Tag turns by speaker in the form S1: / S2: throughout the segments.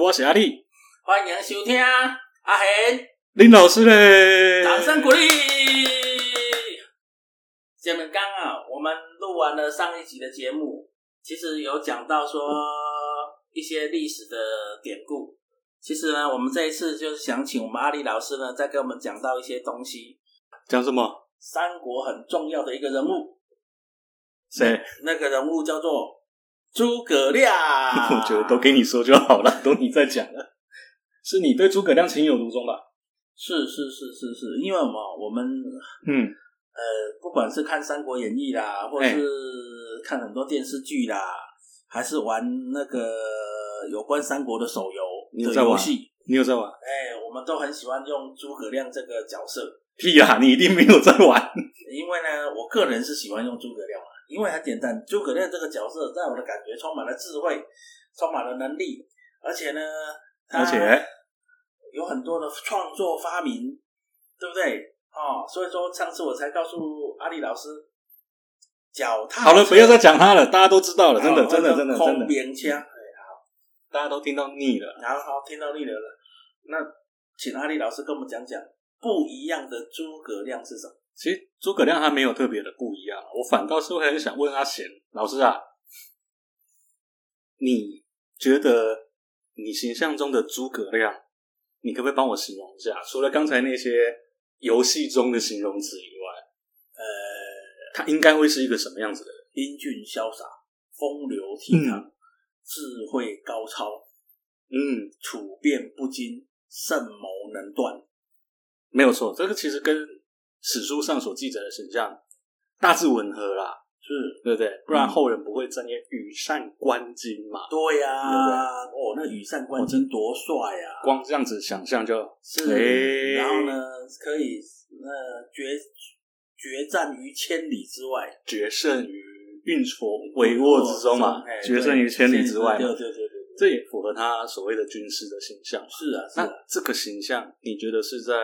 S1: 我是阿力，
S2: 欢迎收听阿贤，
S1: 林老师嘞，
S2: 掌声鼓励。前面刚啊，我们录完了上一集的节目，其实有讲到说一些历史的典故。其实呢，我们这一次就是想请我们阿力老师呢，再给我们讲到一些东西，
S1: 讲什么？
S2: 三国很重要的一个人物，
S1: 谁？。
S2: 那个人物叫做诸葛亮
S1: 我觉得都给你说就好了，都你在讲了。是你对诸葛亮情有独钟吧？
S2: 是是是是是，因为我们我们
S1: 嗯，
S2: 呃，不管是看《三国演义》啦，
S1: 哎
S2: 或是看很多电视剧啦，还是玩那个有关三国的手
S1: 你
S2: 游
S1: 有
S2: 的
S1: 在玩
S2: 游戏，
S1: 你有在玩？
S2: 哎、我们都很喜欢用诸葛亮这个角色，
S1: 屁啦，你一定没有在玩。
S2: 因为呢，我个人是喜欢用诸葛亮嘛，因为很简单，诸葛亮这个角色在我的感觉充满了智慧，充满了能力，而且呢，他
S1: 而且，
S2: 有很多的创作发明，对不对？哦，所以说上次我才告诉阿丽老师，脚踏
S1: 好了，
S2: 车
S1: 不要再讲他了，大家都知道了，真的，
S2: 哦
S1: 真的，真的，真
S2: 空
S1: 的，
S2: 鸣枪，
S1: 大家都听到腻了。
S2: 然后好听到你了了。那请阿丽老师跟我们讲讲不一样的诸葛亮是什么？
S1: 其实诸葛亮他没有特别的不一样，啊我反倒是会很想问阿贤老师啊，你觉得你形象中的诸葛亮，你可不可以帮我形容一下？除了刚才那些游戏中的形容词以外，
S2: 呃，
S1: 他应该会是一个什么样子的人？
S2: 英俊潇洒，风流倜傥，智慧高超，
S1: 嗯，
S2: 处变不惊，圣谋能断。
S1: 没有错，这个其实跟史书上所记载的形象大致吻合啦，
S2: 是，
S1: 对不对？不然
S2: 嗯
S1: 后人不会赞言羽扇纶巾嘛。
S2: 对呀、
S1: 对
S2: 哦，那羽扇纶巾多帅呀、，
S1: 光这样子想象就是哎
S2: 然后呢，可以呃决决战于千里之外，
S1: 决胜于运筹帷幄之中嘛
S2: 哎，
S1: 决胜于千里之外
S2: 对
S1: 嘛，
S2: 对对对对，
S1: 这也符合他所谓的军师的形象嘛。
S2: 是啊是
S1: 那
S2: 啊，
S1: 这个形象，你觉得是在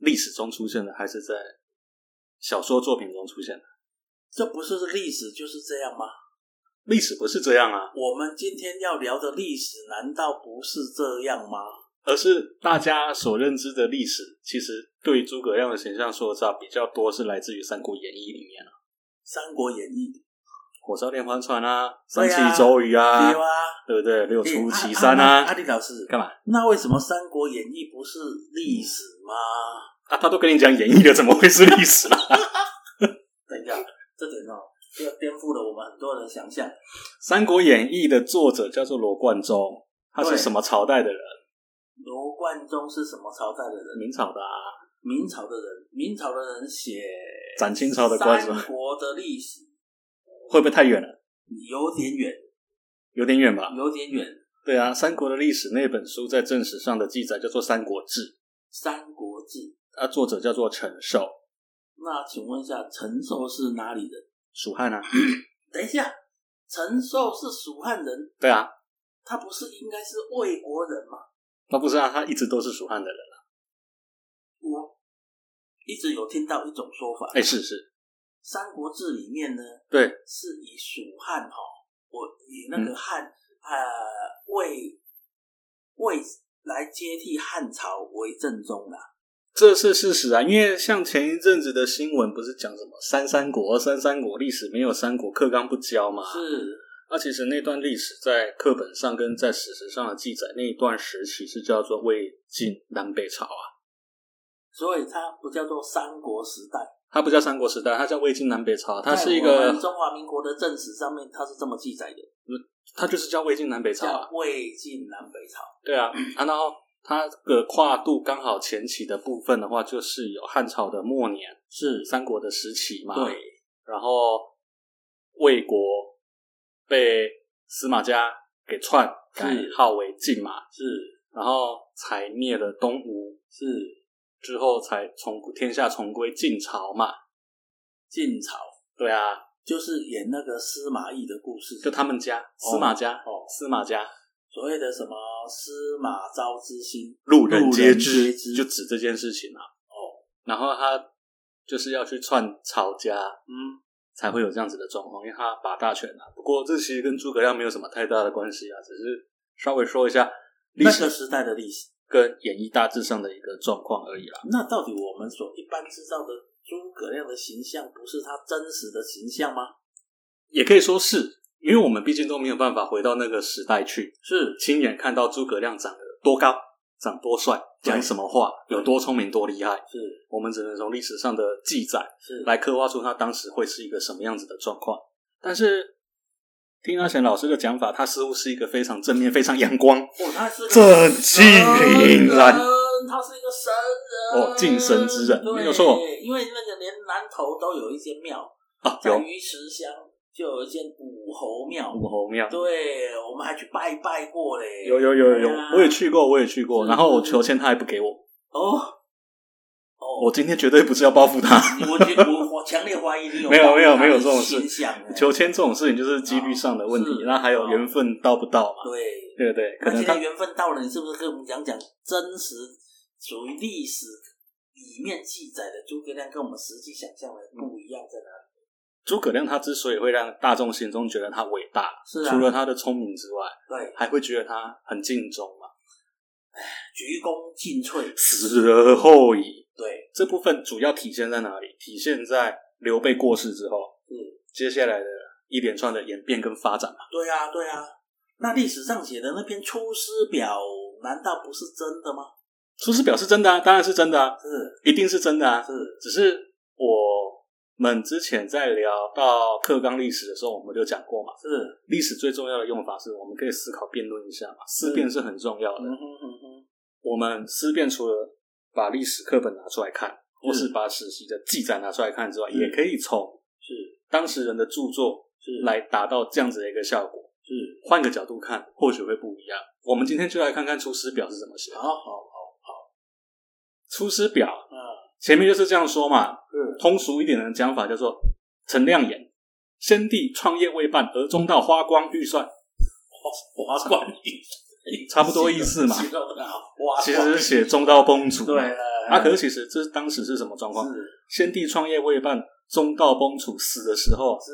S1: 历史中出现的，还是在小说作品中出现的？
S2: 这不是历史就是这样吗？
S1: 历史不是这样啊，
S2: 我们今天要聊的历史难道不是这样吗？
S1: 而是大家所认知的历史，其实对诸葛亮的形象塑造比较多，是来自于《三国演义》里面啊，
S2: 《三国演义》
S1: 火烧连环船啊，三
S2: 对啊
S1: 七周瑜啊，
S2: 对吧？
S1: 对不对？六出祁
S2: 哎
S1: 山
S2: 阿
S1: 啊，
S2: 丽老师，
S1: 干嘛
S2: 那为什么《三国演义》不是历史吗？
S1: 啊？他都跟你讲演义了，怎么会是历史啦？
S2: 等一下，这点哦，又颠覆了我们很多人的想象。
S1: 《三国演义》的作者叫做罗贯中，他是
S2: 对
S1: 什么朝代的人？
S2: 罗贯中是什么朝代的人？
S1: 明朝的啊。
S2: 明朝的人，明朝的人写
S1: 斩清朝的官是吧
S2: 三国的历史
S1: 会不会太远了？
S2: 有点远，
S1: 有点远吧？
S2: 有点远。
S1: 对啊，三国的历史那本书在正史上的记载叫做《三国志》，
S2: 《三国志》，
S1: 啊，作者叫做陈寿，
S2: 那请问一下，陈寿是哪里人？
S1: 蜀汉啊。
S2: 等一下，陈寿是蜀汉人，
S1: 对啊，
S2: 他不是应该是魏国人吗？
S1: 他不是啊，他一直都是蜀汉的人啊。
S2: 我一直有听到一种说法，
S1: 哎，是是，
S2: 三国志》里面呢
S1: 对，
S2: 是以蜀汉哈，我以那个
S1: 嗯
S2: 汉、呃魏魏来接替汉朝为正宗啦。
S1: 这是事实啊。因为像前一阵子的新闻不是讲什么三三国，三三国历史没有三国课纲不教嘛？
S2: 是
S1: 那、其实那段历史在课本上跟在史实上的记载，那一段时期是叫做魏晋南北朝啊，
S2: 所以它不叫做三国时代，
S1: 它不叫三国时代，它叫魏晋南北朝，啊它
S2: 在
S1: 是一
S2: 我
S1: 个
S2: 们，中华民国的正史上面，它是这么记载的，
S1: 它就是叫魏晋南北朝啊
S2: 叫，魏晋南北朝。
S1: 对啊，啊然后它的跨度刚好前期的部分的话，就是有汉朝的末年是三国的时期嘛，
S2: 对，
S1: 然后魏国被司马家给篡改
S2: 是
S1: 号为晋嘛，
S2: 是
S1: 然后才灭了东吴，
S2: 是
S1: 之后才重天下重归晋朝嘛。
S2: 晋朝，
S1: 对啊，
S2: 就是演那个司马懿的故事，
S1: 就他们家司马家，
S2: 哦
S1: 司马家
S2: 所谓的什么司马昭之心，
S1: 路
S2: 人皆知
S1: 就指这件事情啊。哦，然后他就是要去篡曹家，
S2: 嗯，
S1: 才会有这样子的状况，因为他把大权啊。不过这其实跟诸葛亮没有什么太大的关系啊，只是稍微说一下历
S2: 那个
S1: 史
S2: 时代的历史。
S1: 跟演绎大致上的一个状况而已啦。
S2: 那到底我们所一般知道的诸葛亮的形象，不是他真实的形象吗？
S1: 也可以说是，因为我们毕竟都没有办法回到那个时代去，
S2: 是，
S1: 亲眼看到诸葛亮长得多高、长多帅、
S2: 对
S1: 讲什么话、
S2: 对
S1: 有多聪明、多厉害。
S2: 是，
S1: 我们只能从历史上的记载
S2: 是，
S1: 来刻画出他当时会是一个什么样子的状况。但是听阿贤老师的讲法，他似乎是一个非常正面、非常阳光、
S2: 哦，他是个
S1: 正气凛然
S2: 神人他是一个神人，
S1: 哦敬神之人
S2: 对
S1: 没有错
S2: 因为那个连南头都有一间庙，
S1: 啊，
S2: 在
S1: 有
S2: 鱼池乡就有一间武侯庙，
S1: 武侯庙，
S2: 对我们还去拜拜过嘞，
S1: 有有有有有
S2: 对啊，
S1: 我也去过，我也去过。
S2: 是
S1: 然后我求签，他还不给我，
S2: 哦哦，
S1: 我今天绝对不是要报复他。
S2: 我觉得我我强烈怀疑你有
S1: 没有没有没有
S2: 这
S1: 这种事
S2: 啊
S1: 求签这种事情就是几率上的问
S2: 哦
S1: 题
S2: 是，
S1: 那还有缘分到不到嘛？
S2: 对，
S1: 对不对？可
S2: 那
S1: 能
S2: 今
S1: 他
S2: 天缘分到了，你是不是跟我们讲讲真实属于历史里面记载的诸葛亮跟我们实际想象的不一样在哪里？
S1: 诸葛亮他之所以会让大众心中觉得他伟大，
S2: 是啊，
S1: 除了他的聪明之外，
S2: 对
S1: 还会觉得他很尽忠嘛，
S2: 鞠躬尽瘁，
S1: 死而后已。
S2: 对
S1: 这部分主要体现在哪里？体现在刘备过世之后，
S2: 是，
S1: 接下来的一连串的演变跟发展嘛。
S2: 对啊对啊。那历史上写的那篇《出师表》，难道不是真的吗？
S1: 出师表是真的啊，当然是真的啊，
S2: 是
S1: 一定是真的啊。
S2: 是，
S1: 只是我们之前在聊到课纲历史的时候，我们就讲过嘛，
S2: 是，
S1: 历史最重要的用法是我们可以思考辩论一下嘛，思辨是很重要的。
S2: 嗯哼嗯哼，
S1: 我们思辨除了把历史课本拿出来看，或是把史籍的记载拿出来看之外，
S2: 嗯
S1: 也可以从
S2: 是
S1: 当事人的著作
S2: 是
S1: 来达到这样子的一个效果。
S2: 是，
S1: 换个角度看，或许会不一样。我们今天就来看看《出师表》是怎么写的。
S2: 好好好，
S1: 《出师表》
S2: 嗯，
S1: 前面就是这样说嘛，
S2: 是
S1: 通俗一点的讲法叫做陈亮言。先帝创业未半，而中道花光预算，
S2: 华华冠玉，
S1: 差不多意思嘛
S2: 形容得好华
S1: 其
S2: 冠
S1: 实是写中道崩殂。
S2: 对了，
S1: 啊，可是其实这是当时是什么状况？
S2: 是
S1: 先帝创业未半，中道崩殂，死的时候，
S2: 是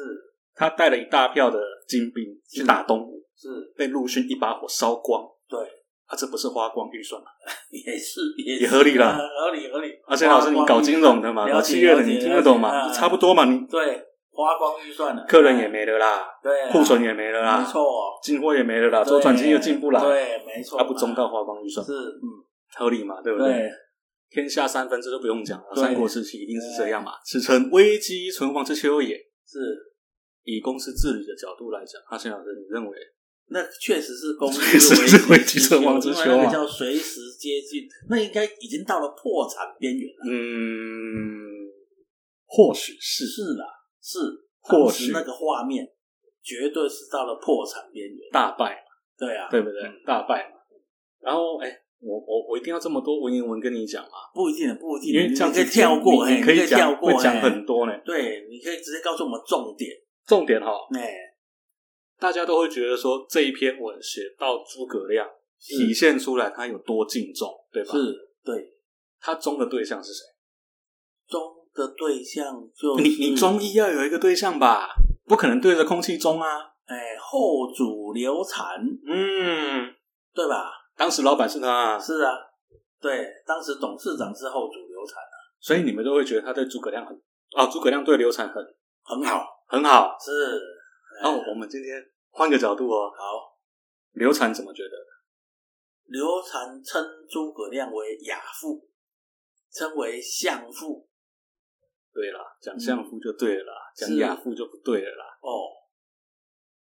S1: 他带了一大票的精兵去打东吴，
S2: 是，
S1: 被陆逊一把火烧光。
S2: 对，
S1: 啊，这不是花光预算吗？
S2: 也是也是
S1: 也合理啦
S2: 呃合理合理。
S1: 而且老师，你搞金融的嘛，
S2: 了解
S1: 搞企业的，
S2: 了解
S1: 你听得懂
S2: 了
S1: 吗？
S2: 解
S1: 差不多嘛，你
S2: 对，花光预算了，
S1: 客人也没了啦，
S2: 对啊，
S1: 库存也没了
S2: 没
S1: 啦，
S2: 错，
S1: 进货也没了啦，
S2: 对
S1: 周转金又进不来，
S2: 对，没错，
S1: 他不中道花光预算，
S2: 是嗯，
S1: 合理嘛，对不对？
S2: 对，
S1: 天下三分之都不用讲了，
S2: 对
S1: 三国时期一定是这样嘛，此诚危机存亡之秋也。
S2: 是
S1: 以公司治理的角度来讲，阿信老师，你认为
S2: 那确实是公司
S1: 确实是
S2: 危
S1: 危机存亡之秋啊
S2: 因为那个叫随时接近，那应该已经到了破产边缘了。
S1: 嗯，或许是
S2: 是啦，是，
S1: 或
S2: 当时
S1: 许
S2: 那个画面绝对是到了破产边缘。
S1: 大败嘛，
S2: 对啊，
S1: 对不对？大败嘛。然后，哎、我我我一定要这么多文言文跟你讲嘛，
S2: 不一定，不一定，
S1: 因为
S2: 你
S1: 这样
S2: 可以
S1: 子
S2: 跳过，
S1: 你
S2: 嘿
S1: 你
S2: 你
S1: 可以
S2: 跳
S1: 讲
S2: 过，哎
S1: 会讲
S2: 嘿
S1: 很多呢。
S2: 对，你可以直接告诉我们重点，
S1: 重点哈，
S2: 哎，
S1: 大家都会觉得说这一篇文写到诸葛亮，体现出来他有多敬重，对吧？
S2: 是对
S1: 他忠的对象是谁？
S2: 忠的对象就是
S1: 你你忠义要有一个对象吧，不可能对着空气忠啊。
S2: 哎，后主刘禅
S1: 嗯，
S2: 对吧？
S1: 当时老板是他、啊，
S2: 是啊，对，当时董事长是后主刘禅啊，
S1: 所以你们都会觉得他对诸葛亮很啊，诸葛亮对刘禅很
S2: 很好，
S1: 很好。
S2: 是哎
S1: 哦，我们今天换个角度哦，
S2: 好。
S1: 刘禅怎么觉得？
S2: 刘禅称诸葛亮为亚父，称为相父
S1: 对啦，讲相夫就对了啦，
S2: 是
S1: 讲亚父就不对了啦。
S2: 哦，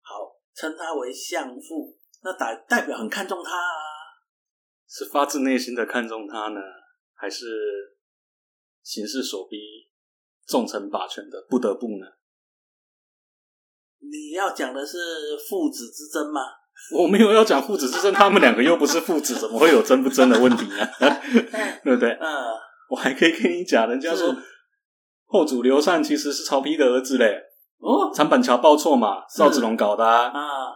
S2: 好，称他为相父，那代代表很看重他啊，
S1: 是发自内心的看重他呢，还是形势所逼、重臣把权的不得不呢？
S2: 你要讲的是父子之争吗？
S1: 我没有要讲父子之争，他们两个又不是父子，怎么会有争不争的问题呢？ 对不对？
S2: 嗯，
S1: 我还可以跟你讲，人家说
S2: 是
S1: 后主刘禅其实是曹丕的儿子嘞。
S2: 哦
S1: 长板桥报错嘛，
S2: 是
S1: 赵子龙搞的、啊，
S2: 啊，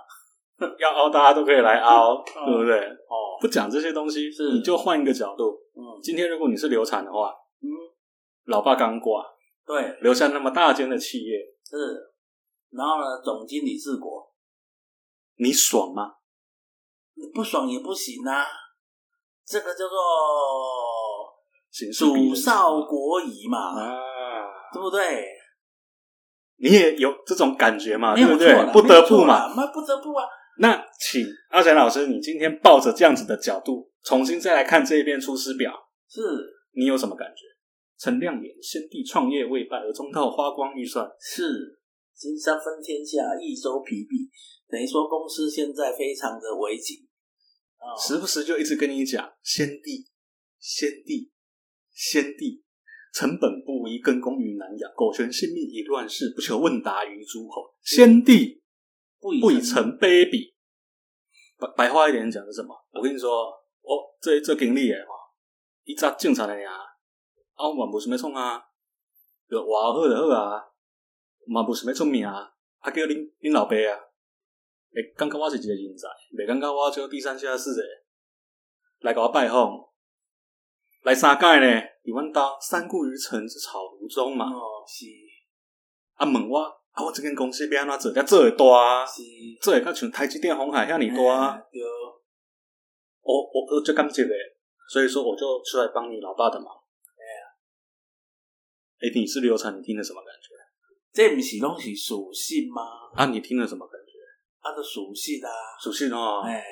S1: 要凹大家都可以来凹，对不对？
S2: 哦，
S1: 不讲这些东西，
S2: 是
S1: 你就换一个角度。
S2: 嗯
S1: 今天如果你是流产的话，
S2: 嗯，
S1: 老爸刚挂，
S2: 对，
S1: 留下那么大间的企业，
S2: 是。然后呢，总经理治国，
S1: 你爽吗？
S2: 你不爽也不行啊。这个叫做
S1: 形式比
S2: 主
S1: 人
S2: 少国疑嘛，
S1: 啊，
S2: 对不对？
S1: 你也有这种感觉嘛，
S2: 没
S1: 对
S2: 有
S1: 不
S2: 错啦
S1: 啊对？不得不，
S2: 没有错
S1: 嘛。
S2: 啦那不得不啊。
S1: 那请阿展老师，你今天抱着这样子的角度，重新再来看这一遍《出师表》，
S2: 是
S1: 你有什么感觉？陈亮言：“先帝创业未败，而中道花光预算。
S2: 是，金山分天下，益州疲弊，等于说公司现在非常的危急啊。
S1: 时不时就一直跟你讲先帝、先帝、先帝，成本不一，根功于南阳，苟全性命以乱世，不求问答于诸侯。先帝
S2: 不以
S1: 不以臣卑鄙。白白话一点讲是什么？我跟你说，哦我这这经历诶吼，伊早正常诶呀，啊，我嘛无想要创啊，就活好就好啊，嘛无想要出名啊，啊叫恁恁老爸啊，会感觉我是一个人才，袂感觉我这第三下四者来甲我拜访，来三界呢，伫阮兜三顾于城之草庐中嘛，
S2: 哦，是
S1: 啊问我，啊我即间公司要安怎做，才做会大啊。
S2: 是，
S1: 这会较像台积电、红海遐尼多啊，
S2: 哎，对，
S1: 我我我就感激诶，所以说我就出来帮你老爸的忙。哎、你是流产，你听了什么感觉？
S2: 这不是拢是属性吗？
S1: 啊，你听了什么感觉？
S2: 它的属性啊，
S1: 熟悉哦，
S2: 哎，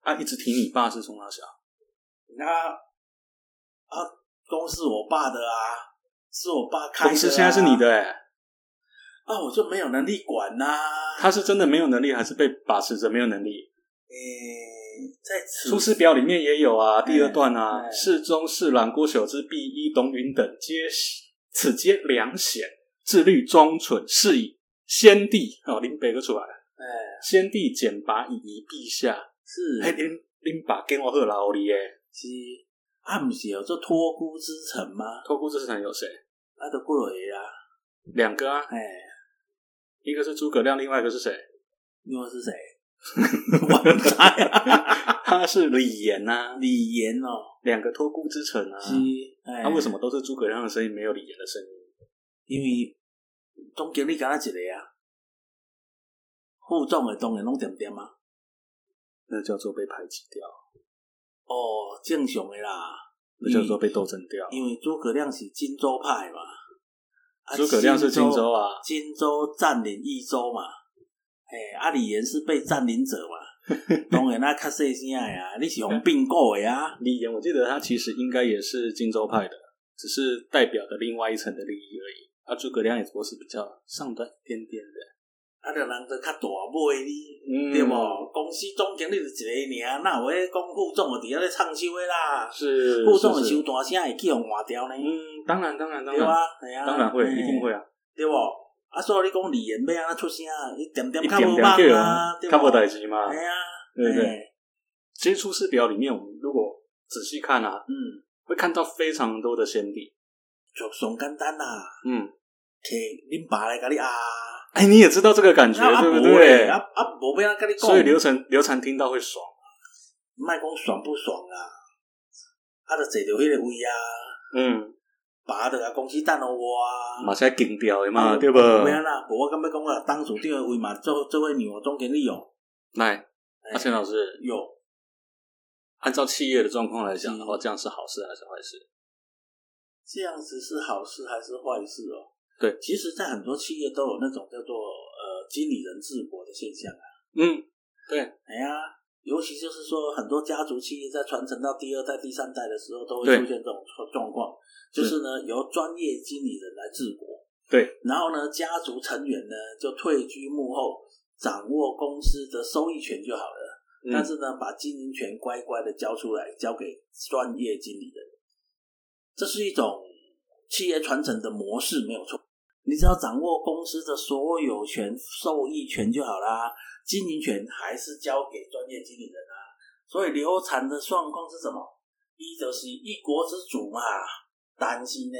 S1: 啊，一直提你爸是从哪小，
S2: 那啊，公司我爸的啊，是我爸开的、啊，
S1: 公司现在是你的诶、
S2: 啊，我就没有能力管呐、
S1: 他是真的没有能力，还是被把持着没有能力？
S2: 哎，在此
S1: 出师表里面也有啊，第二段
S2: 哎
S1: 啊，
S2: 哎
S1: 侍中、侍郎郭朽之、毕衣、董允等，皆此皆良贤，自律忠纯，是以先帝哦，林北个出来了。
S2: 哎
S1: 先帝简拔以夷陛下，
S2: 是
S1: 哎，恁恁爸跟我好老哩诶，
S2: 是啊，不是有做托孤之城吗？
S1: 托孤之城有谁？
S2: 啊，都过来啊，
S1: 两个啊，
S2: 哎，
S1: 一个是诸葛亮，另外一个是 谁？
S2: 另外是谁？我不知啊，
S1: 他是李严呐、啊，
S2: 李岩哦，
S1: 两个托孤之城啊。
S2: 是哎，
S1: 那、为什么都是诸葛亮的声音，没有李严的声音？
S2: 因为总经理敢若一个啊，副总诶当然拢点点啊。
S1: 那叫做被排挤掉，
S2: 哦，正常诶啦，
S1: 那叫做被斗争掉。
S2: 因为诸葛亮是荆州派嘛，啊
S1: 诸葛亮是荆州，啊，
S2: 荆州占领益州嘛，诶、啊李严是被占领者嘛， 当然啊较细声诶啊，你是用并购诶啊，
S1: 李严，我记得他其实应该也是荆州派的，只是代表的另外一层的利益而已。啊，诸葛亮也不过是比较上端一点点的，
S2: 啊，就人就较大尾你。
S1: 嗯
S2: 对无？公司总经理就一个尔，哪有咧讲副总就伫遐咧唱秋诶啦？
S1: 是
S2: 副总诶
S1: 是
S2: 收
S1: 是
S2: 大声会去互换掉呢？
S1: 嗯，当然，当然，当
S2: 对
S1: 然，
S2: 啊，系啊，
S1: 当然会，
S2: 嘿
S1: 一定，会啊，
S2: 对无？啊，所以你讲李岩要安怎出声，伊点点
S1: 一
S2: 较
S1: 点
S2: 无
S1: 点
S2: 望
S1: 就
S2: 啊，对
S1: 看不
S2: 无？
S1: 代级嘛
S2: 系。啊，
S1: 对不对
S2: 嘿？
S1: 其实《出师表》里面，我们如果仔细看啊，
S2: 嗯，
S1: 会看到非常多的先例。
S2: 就上简单啦，
S1: 嗯，
S2: 摕恁爸来甲你啊，
S1: 哎，你也知道这个感觉，
S2: 啊啊
S1: 对不
S2: 无咧
S1: 对？
S2: 啊啊无要安甲你讲，
S1: 所以刘禅刘禅听到会爽，
S2: 莫讲爽不爽啦，啊，就坐着迄个位啊，
S1: 嗯，
S2: 爸就甲公司等互我啊。
S1: 马上紧掉的嘛，
S2: 啊
S1: 对不？
S2: 有影啦，无我感觉讲啊，当处长诶位嘛，做做位让总经理哦用，
S1: 来，阿
S2: 哎
S1: 贤老师，
S2: 用
S1: 按照企业的状况来讲的话，
S2: 嗯
S1: 这样是好事还是坏事？
S2: 这样子是好事还是坏事哦？
S1: 对，
S2: 其实，在很多企业都有那种叫做呃经理人治国的现象啊。
S1: 嗯，对，
S2: 哎呀，尤其就是说，很多家族企业在传承到第二代、第三代的时候，都会
S1: 对
S2: 出现这种状状况，就是呢，由专业经理人来治国。
S1: 对，
S2: 然后呢，家族成员呢就退居幕后，掌握公司的收益权就好了。但
S1: 嗯
S2: 是呢，把经营权乖乖的交出来，交给专业经理人，这是一种企业传承的模式，没有错。你只要掌握公司的所有权、受益权就好啦，经营权还是交给专业经理人啊。所以流产的状况是什么？一就是一国之主嘛，但是呢，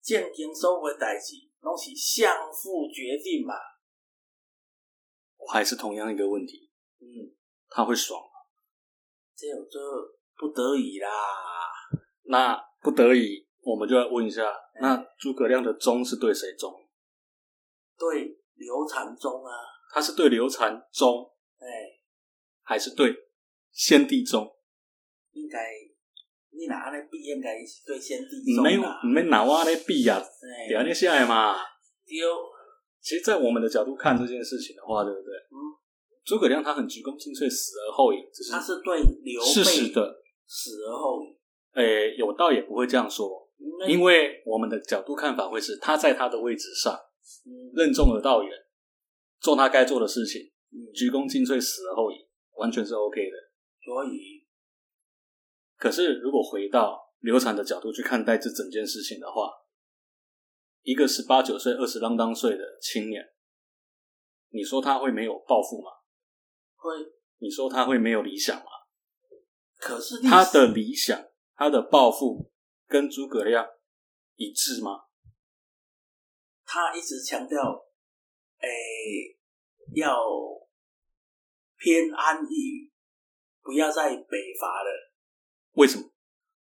S2: 建经收回代志，拢是相互决定嘛。
S1: 我还是同样一个问题，
S2: 嗯，
S1: 他会爽。
S2: 这有这不得已啦。
S1: 那不得已，我们就要问一下，那
S2: 嗯
S1: 诸葛亮的忠是对谁忠？
S2: 对刘禅宗啊，
S1: 他是对刘禅忠，
S2: 哎、
S1: 还是对先帝钟，
S2: 应该你若安尼比，应该是对先帝
S1: 你
S2: 宗啊
S1: 嗯没有啊
S2: 啦。
S1: 你没拿我那币呀，
S2: 哎
S1: 聊那下来嘛。
S2: 丢，
S1: 其实，在我们的角度看这件事情的话，对不对？
S2: 嗯，
S1: 诸葛亮他很鞠躬尽瘁，死而后已，这
S2: 他
S1: 是
S2: 是对刘
S1: 事实
S2: 备
S1: 的。
S2: 死而后已，
S1: 诶，有道也不会这样说，因
S2: 为
S1: 为我们的角度看法会是他在他的位置上
S2: 嗯
S1: 任重而道远，做他该做的事情，
S2: 嗯
S1: 鞠躬尽瘁，死而后已，完全是 OK 的。
S2: 所以
S1: 可是，如果回到刘禅的角度去看待这整件事情的话，一个十八九岁、二十啷当岁的青年，你说他会没有抱负吗？
S2: 会，
S1: 你说他会没有理想吗？
S2: 可是历
S1: 他
S2: 史
S1: 的理想、他的抱负跟诸葛亮一致吗？
S2: 他一直强调，诶、要偏安一隅，不要再北伐了。
S1: 为什么？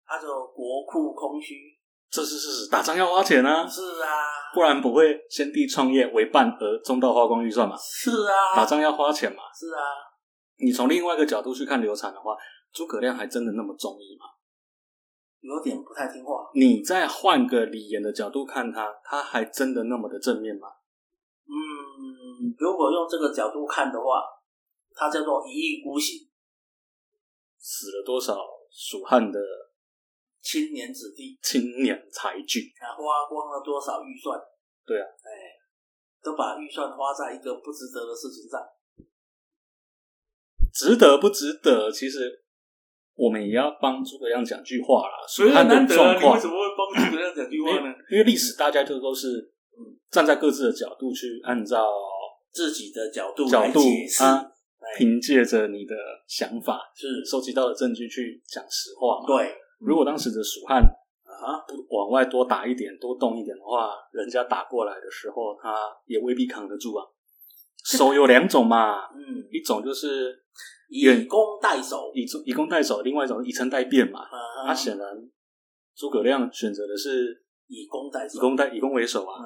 S2: 他就国库空虚。
S1: 这是事实，打仗要花钱啊，
S2: 是啊，
S1: 不然不会先帝创业为半而中道花光预算嘛。
S2: 是
S1: 打
S2: 啊，
S1: 仗要花钱嘛。
S2: 是啊，
S1: 你从另外一个角度去看刘禅的话，诸葛亮还真的那么中意吗？
S2: 有点不太听话。
S1: 你再换个李严的角度看他，他还真的那么的正面吗？
S2: 嗯，如果用这个角度看的话，他叫做一意孤行，
S1: 死了多少蜀汉的
S2: 青年子弟，
S1: 青年才俊？
S2: 他花光了多少预算？
S1: 对啊，
S2: 哎、都把预算花在一个不值得的事情上。
S1: 值得不值得？其实我们也要帮诸葛亮讲句话啦。
S2: 所
S1: 蜀
S2: 以
S1: 汉的
S2: 难得啊，
S1: 状
S2: 你为
S1: 况
S2: 什，么会帮诸葛亮讲句话呢？
S1: 因为历史大家就都是
S2: 嗯
S1: 站在各自的角度去按照
S2: 自己的角度
S1: 角
S2: 来
S1: 度
S2: 解释，
S1: 啊，
S2: 哎
S1: 凭借着你的想法
S2: 是
S1: 收集到的证据去讲实话嘛。
S2: 对
S1: 如果当时的蜀汉
S2: 啊，
S1: 不往外多打一点、多动一点的话，人家打过来的时候，他也未必扛得住啊。手有两种嘛，
S2: 嗯，
S1: 一种就是
S2: 以攻代守，
S1: 以以攻代守，另外一种是以称代变嘛。
S2: 啊
S1: 那、显然，诸葛亮选择的是
S2: 以攻代
S1: 以
S2: 守，
S1: 攻代以攻为守啊，
S2: 嗯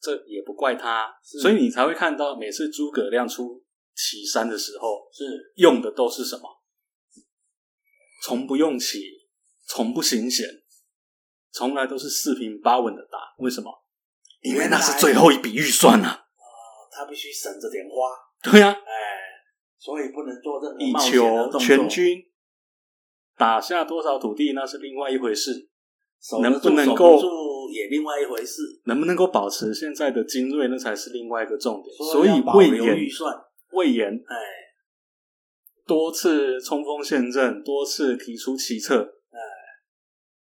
S1: 这也不怪他。
S2: 是
S1: 所以你才会看到每次诸葛亮出祁山的时候，
S2: 是
S1: 用的都是什么？从不用旗，从不行险，从来都是四平八稳的打。为什么？因为那是最后一笔预算啊。
S2: 哦他必须省着点花，
S1: 对啊，
S2: 所以不能做任何
S1: 以
S2: 冒险的动
S1: 求
S2: 作，
S1: 全军打下多少土地，那是另外一回事。
S2: 守得
S1: 能
S2: 住
S1: 不能
S2: 守
S1: 够
S2: 住也另外一回事，
S1: 能不能够保持现在的精锐，那才是另外一个重点。所
S2: 以
S1: 以
S2: 要保
S1: 魏
S2: 留预
S1: 延，
S2: 算，
S1: 魏延
S2: 哎
S1: 多次冲锋陷阵，多次提出奇策，哎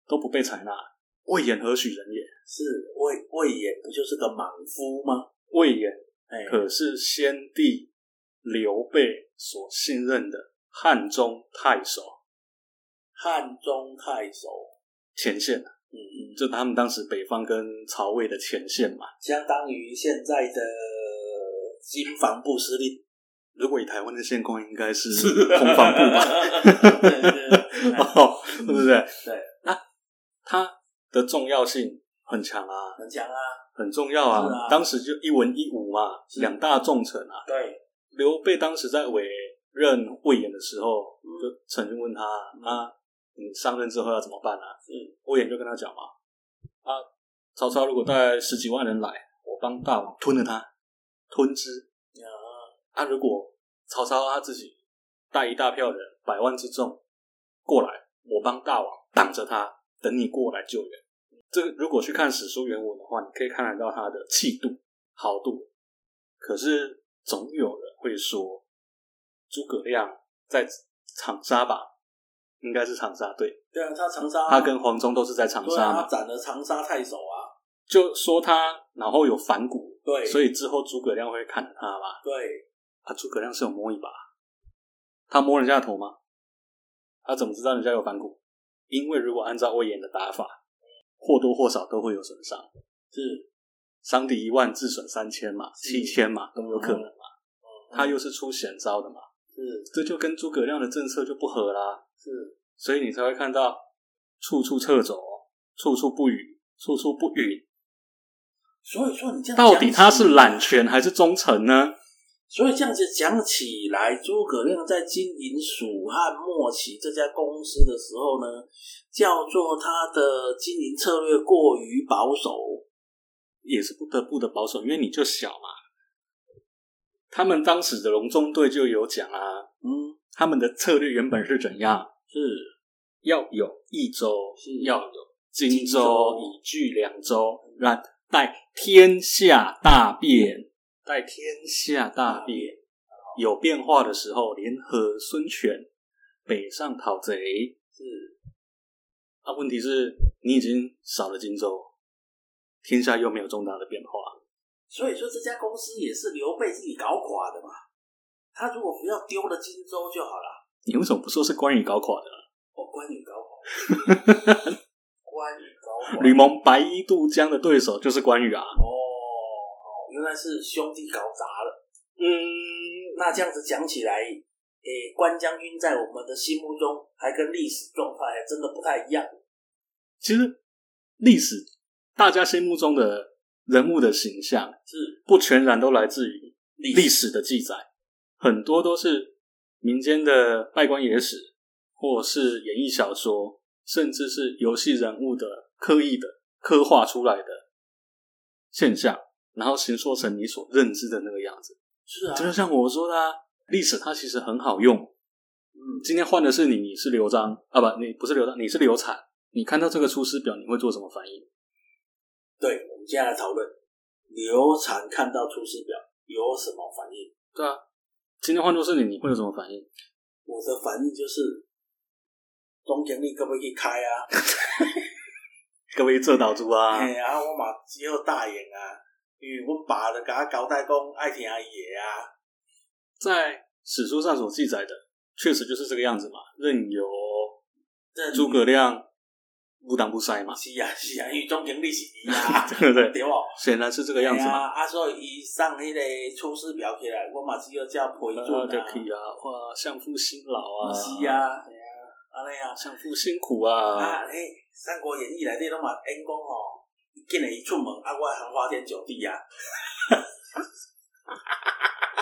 S1: 都不被采纳。魏延何许人也？
S2: 是魏魏延不就是个莽夫吗？
S1: 魏延
S2: 哎，
S1: 可是先帝刘备所信任的汉中太守
S2: 汉中太守，
S1: 前线啊，
S2: 嗯嗯，
S1: 就他们当时北方跟曹魏的前线嘛。
S2: 相当于现在的军防部司令。
S1: 如果以台湾的现况，应该是
S2: 空
S1: 空防部 吧？
S2: 对对对，
S1: 哦，对不对？
S2: 对，
S1: 那它的重要性很强啊，
S2: 很强啊，
S1: 很重要啊。
S2: 是啊
S1: 当时就一文一武嘛，
S2: 是
S1: 两大重臣啊。
S2: 对，
S1: 刘备当时在委任魏延的时候，
S2: 嗯
S1: 就曾经问他：“啊，你上任之后要怎么办啊？”
S2: 嗯
S1: 魏延就跟他讲嘛：“啊，曹操如果带十几万人来，我帮大王吞了他，吞之。
S2: 啊，
S1: 啊，如果曹操他自己带一大票人，百万之众过来，我帮大王挡着他，等你过来救援。”这个如果去看史书原文的话，你可以看得到他的气度、豪度。可是总有人会说，诸葛亮在长沙吧，应该是长沙对，
S2: 对啊，他长沙，
S1: 他跟黄忠都是在长
S2: 对
S1: 沙
S2: 啊，
S1: 嘛，
S2: 他斩了长沙太守啊，
S1: 就说他然后有反骨，
S2: 对，
S1: 所
S2: 以
S1: 以之后诸葛亮会砍他嘛。
S2: 对，
S1: 啊，诸葛亮是有摸一把，他摸人家的头吗？他怎么知道人家有反骨？因为如果按照魏延的打法，或多或少都会有损伤。
S2: 是
S1: 伤敌一万，自损三千嘛，
S2: 是嗯
S1: 七千嘛，都有可能嘛。他又是出险招的嘛，
S2: 是
S1: 这就跟诸葛亮的政策就不合啦，
S2: 是
S1: 所以你才会看到处处掣肘，处处不语，处处不允。
S2: 所以说你这样
S1: 到底他是
S2: 讲起
S1: 揽权还是忠诚呢？
S2: 所以这样子讲起来，诸葛亮在经营蜀汉末期这家公司的时候呢，叫做他的经营策略过于保守。
S1: 也是不得不的保守，因为你就小嘛。他们当时的隆中队就有讲啊，
S2: 嗯，
S1: 他们的策略原本是怎样，
S2: 是
S1: 要有益州，
S2: 是
S1: 要有荆
S2: 荆州
S1: 州，以据凉州，让待天下大变，待天下大变，有变化的时候，联合孙权北上讨贼。
S2: 是，
S1: 啊，问题是你已经少了荆州，天下又没有重大的变化，
S2: 所以说这家公司也是刘备自己搞垮的嘛。他如果不要丢了荆州就好了。
S1: 你为什么不说是关羽搞垮的？
S2: 哦，关羽搞垮，关羽搞垮，
S1: 吕蒙白衣渡江的对手就是关羽啊。
S2: 哦，哦原来是兄弟搞砸了。
S1: 嗯，
S2: 那这样子讲起来，诶、关将军在我们的心目中还跟历史状态还真的不太一样。
S1: 其实历史大家心目中的人物的形象，
S2: 是
S1: 不全然都来自于
S2: 历
S1: 历史的记载，很多都是民间的拜官野史，或是演义小说，甚至是游戏人物的刻意的刻画出来的现象，然后形塑成你所认知的那个样子。
S2: 是啊，
S1: 就像我说的、啊，历史它其实很好用。
S2: 嗯，
S1: 今天换的是你，你是刘璋啊，不，你不是刘璋，你是刘禅。你看到这个出师表，你会做什么反应？
S2: 对，我们接下来讨论刘禅看到《出师表》有什么反应？
S1: 对啊，今天换作是你，你会有什么反应？
S2: 我的反应就是，总经理可不可以开啊？
S1: 各位这岛主啊，
S2: 嘿、啊，我嘛只有答应啊，因为阮爸就甲我交代讲爱听阿爷啊。
S1: 在史书上所记载的，确实就是这个样子嘛，任由
S2: 这
S1: 诸葛亮不挡不塞嘛，
S2: 是啊是啊，因为总经理是伊 啊，
S1: 对不对？
S2: 对无？
S1: 显然是这个样子
S2: 嘿
S1: 嘛。
S2: 啊，啊，所以伊送迄个《出师表》起来，我嘛只有叫陪
S1: 呃
S2: 准
S1: 对
S2: 啊。
S1: 可以啊，哇，相夫辛劳啊，
S2: 是，啊，系啊，安尼啊。
S1: 相夫辛苦啊，
S2: 啊，迄《三国演义》内底拢嘛演讲吼，伊见了伊出门，啊，我还花天酒地啊，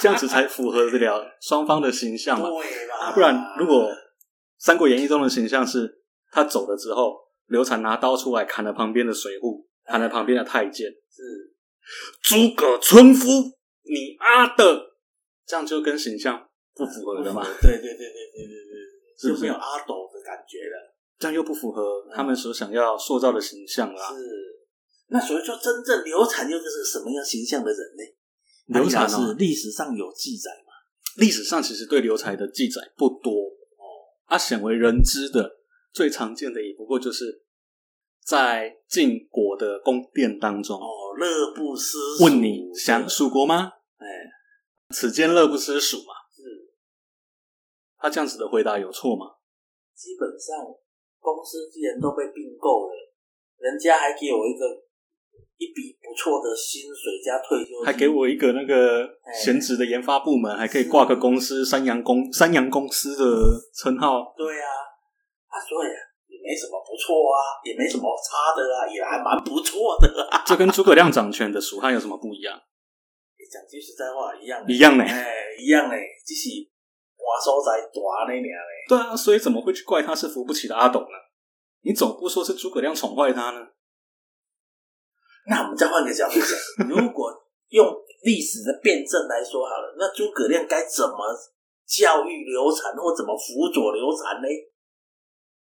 S1: 这样子才符合得了双方的形象嘛。
S2: 对嘛？
S1: 不然，如果《三国演义》中的形象是他走了之后，刘禅拿刀出来砍了旁边的水户，砍了旁边的太监，
S2: 是
S1: 诸葛村夫，你妈的，这样就跟形象不符合了嘛？
S2: 对对对对对对对，
S1: 是不
S2: 就是没有阿斗的感觉了。
S1: 这样又不符合他们所想要塑造的形象啊啦。
S2: 是，那所以说，真正刘禅又是什么样形象的人呢？
S1: 刘禅
S2: 是
S1: 哦，
S2: 历史上有记载嘛？
S1: 历史上其实对刘禅的记载不多，啊，鲜为人知的最常见的也不过就是在晋国的宫殿当中，
S2: 哦，乐不思蜀
S1: 问你想蜀国吗？
S2: 哎，
S1: 此间乐不思蜀嘛。
S2: 是
S1: 他这样子的回答有错吗？
S2: 基本上公司既然都被并购了，人家还给我一个一笔不错的薪水加退休金，
S1: 还给我一个那个
S2: 哎
S1: 闲职的研发部门，还可以挂个公
S2: 嗯
S1: 司三洋公三洋公司的称号，
S2: 对啊，啊，所以也没什么不错啊，也没什么差的啊，也还蛮不错的啊。
S1: 这跟诸葛亮掌权的蜀汉有什么不一样？
S2: 你讲句实在话，一样的
S1: 一样呢。
S2: 哎，一样嘞，只是换所在大那尔嘞。
S1: 对啊，所以怎么会去怪他是扶不起的阿斗呢？你总不说是诸葛亮宠坏他呢？
S2: 那我们再换个角度 讲，如果用历史的辩证来说好了，那诸葛亮该怎么教育刘禅，或怎么辅佐刘禅呢？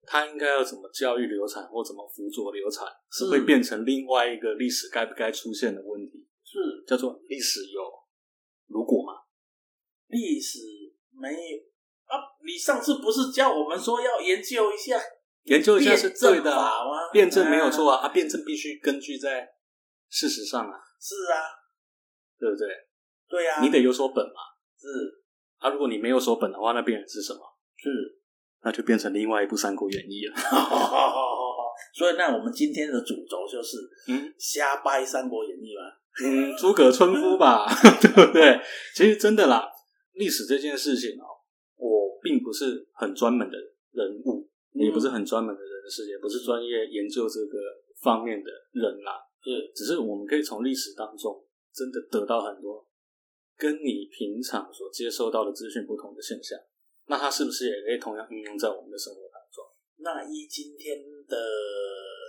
S1: 他应该要怎么教育流产，或怎么辅佐流产，是
S2: 嗯
S1: 会变成另外一个历史该不该出现的问题，
S2: 是
S1: 叫做历史有如果嘛？
S2: 历史没有啊？你上次不是教我们说要研究一下
S1: 研究一下是对
S2: 辩证
S1: 的
S2: 法
S1: 啊，
S2: 吗？
S1: 辩证没有
S2: 啊
S1: 错啊，啊，辩证必须根据在事实上啊，
S2: 是啊，
S1: 对不对？
S2: 对啊，
S1: 你得有所本嘛。
S2: 是
S1: 啊，如果你没有所本的话，那变成是什么？
S2: 是，
S1: 那就变成另外一部《三国演义》了。
S2: 所以那我们今天的主轴就是
S1: 嗯
S2: 瞎掰《三国演义》嘛。
S1: 嗯，诸葛村夫吧， 对不对？其实真的啦，历史这件事情哦，我并不是很专门的人物，也不是很专门的人士，也不是专业研究这个方面的人啦。
S2: 是
S1: 只是我们可以从历史当中真的得到很多跟你平常所接收到的资讯不同的现象，那它是不是也可以同样应用在我们的生活当中？
S2: 那依今天的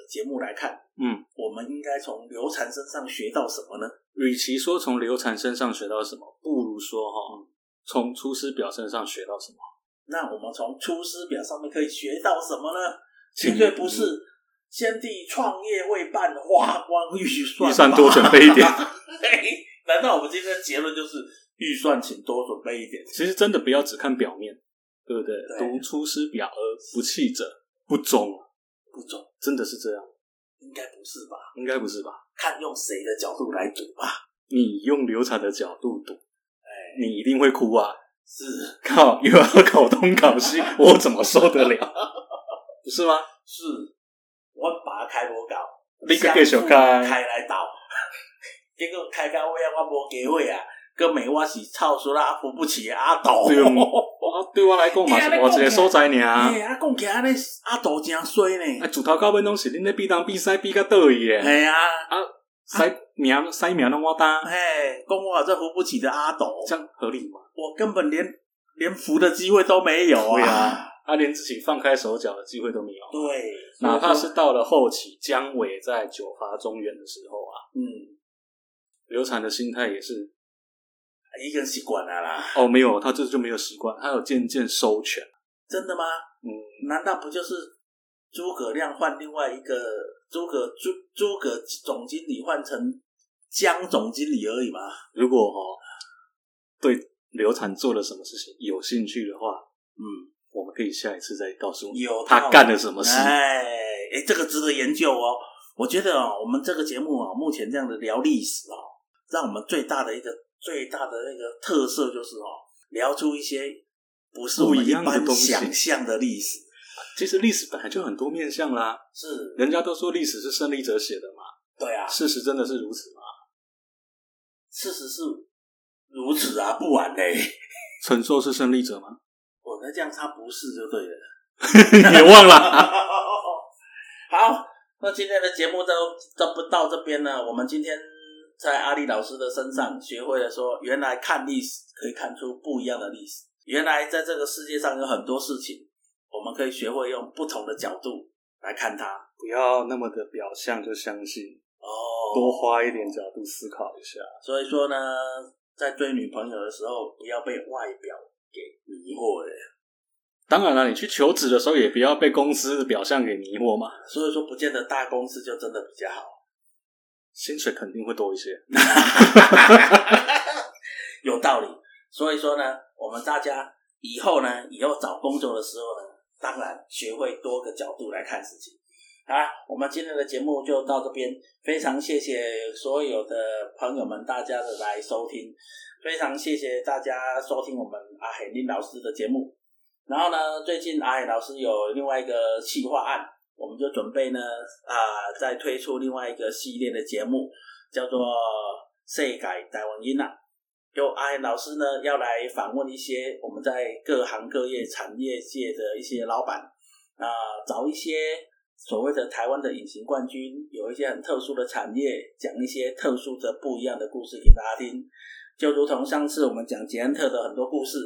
S2: 节目来看，
S1: 嗯，
S2: 我们应该从刘禅身上学到什么呢？
S1: 与其说从刘禅身上学到什么，不如说哈，从出师表身上学到什么？
S2: 那我们从《出师表》上面可以学到什么呢？
S1: 请
S2: 绝对不是先帝创业未半，花光预算吧，
S1: 预算多准备一点
S2: 嘿。哎难道我们今天的结论就是预算请多准备一点？
S1: 其实真的不要只看表面，对不对？
S2: 对
S1: 读出师表而不弃者，不忠啊，
S2: 不中，
S1: 真的是这样？
S2: 应该不是吧？
S1: 应该不是吧？
S2: 看用谁的角度来读吧。
S1: 你用刘禅的角度读，
S2: 哎，
S1: 你一定会哭啊！
S2: 是
S1: 靠， 又要考东考西，我怎么受得了？ 不是吗？
S2: 是，我把它开无搞，
S1: 你个继续
S2: 相
S1: 开
S2: 互开来斗， 结果开到尾啊，我无机会啊，搁美我是操出啦扶不起的啊阿斗。
S1: 对我对我来讲嘛，是我一个所在
S2: 哎、
S1: 尔。
S2: 啊，讲起来安尼阿杜真衰
S1: 啊，
S2: 呢。
S1: 自头到尾拢是恁咧比当比赛比甲倒去诶，
S2: 哎啊，
S1: 赛名赛名拢我担，
S2: 哎，讲我这扶不起的阿斗，
S1: 这样合理吗？
S2: 我根本连连扶的机会都没有
S1: 对
S2: 啊
S1: 啊。他连自己放开手脚的机会都没有，
S2: 对，
S1: 哪怕是到了后期姜维在讨伐中原的时候啊，
S2: 嗯，
S1: 刘禅的心态也是
S2: 已经习惯了啦。
S1: 哦，没有，他这就没有习惯，他有渐渐收权。
S2: 真的吗？
S1: 嗯，
S2: 难道不就是诸葛亮换另外一个诸葛诸诸葛总经理换成江总经理而已吗？
S1: 如果哦对刘禅做了什么事情有兴趣的话，
S2: 嗯，
S1: 我们可以下一次再告诉你
S2: 有道
S1: 他
S2: 理
S1: 干了什么事。
S2: 哎，哎，这个值得研究哦。我觉得哦，我们这个节目哦，目前这样的聊历史哦，让我们最大的一个最大的那个特色就是哦，聊出一些不是我们
S1: 不一样的
S2: 般
S1: 东西
S2: 想象的历史。
S1: 其实历史本来就很多面向啦，
S2: 是，
S1: 人家都说历史是胜利者写的嘛，
S2: 对啊，
S1: 事实真的是如此吗？
S2: 事实是如此啊，不然嘞，
S1: 陈寿是胜利者吗？
S2: 我那这样他不是就对了。
S1: 也忘了。
S2: 好，那今天的节目就到不到这边呢。我们今天在阿丽老师的身上学会了说，原来看历史可以看出不一样的历史。原来在这个世界上有很多事情，我们可以学会用不同的角度来看它。
S1: 不要那么的表象就相信，
S2: 哦，
S1: 多花一点角度思考一下。
S2: 所以说呢，在追女朋友的时候，不要被外表给迷惑了。
S1: 当然了，你去求职的时候也不要被公司的表象给迷惑嘛，
S2: 所以说，不见得大公司就真的比较好。
S1: 薪水肯定会多一些。
S2: 有道理。所以说呢，我们大家以后呢，以后找工作的时候呢，当然学会多个角度来看事情。好啦，我们今天的节目就到这边，非常谢谢所有的朋友们大家的来收听，非常谢谢大家收听我们阿海林老师的节目。然后呢，最近阿海老师有另外一个企划案，我们就准备呢啊、再推出另外一个系列的节目，叫做《世改台湾音》啊。由阿贤老师呢要来访问一些我们在各行各业产业界的一些老板，啊、找一些所谓的台湾的隐形冠军，有一些很特殊的产业，讲一些特殊的不一样的故事给大家听。就如同上次我们讲捷安特的很多故事，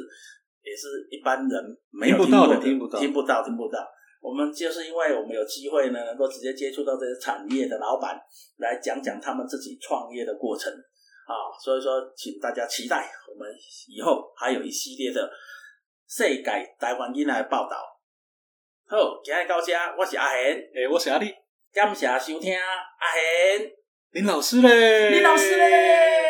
S2: 也是一般人没有
S1: 听不
S2: 过
S1: 到
S2: 的，
S1: 的听不到
S2: 听不到，听不到。我们就是因为我们有机会呢，能够直接接触到这些产业的老板，来讲讲他们自己创业的过程。啊，所以说请大家期待我们以后还有一系列的世界台湾音来报道。好，今日到这，我是阿贤，
S1: 诶、我是阿丽，
S2: 感谢收听阿贤，
S1: 林老师嘞，
S2: 林老师嘞。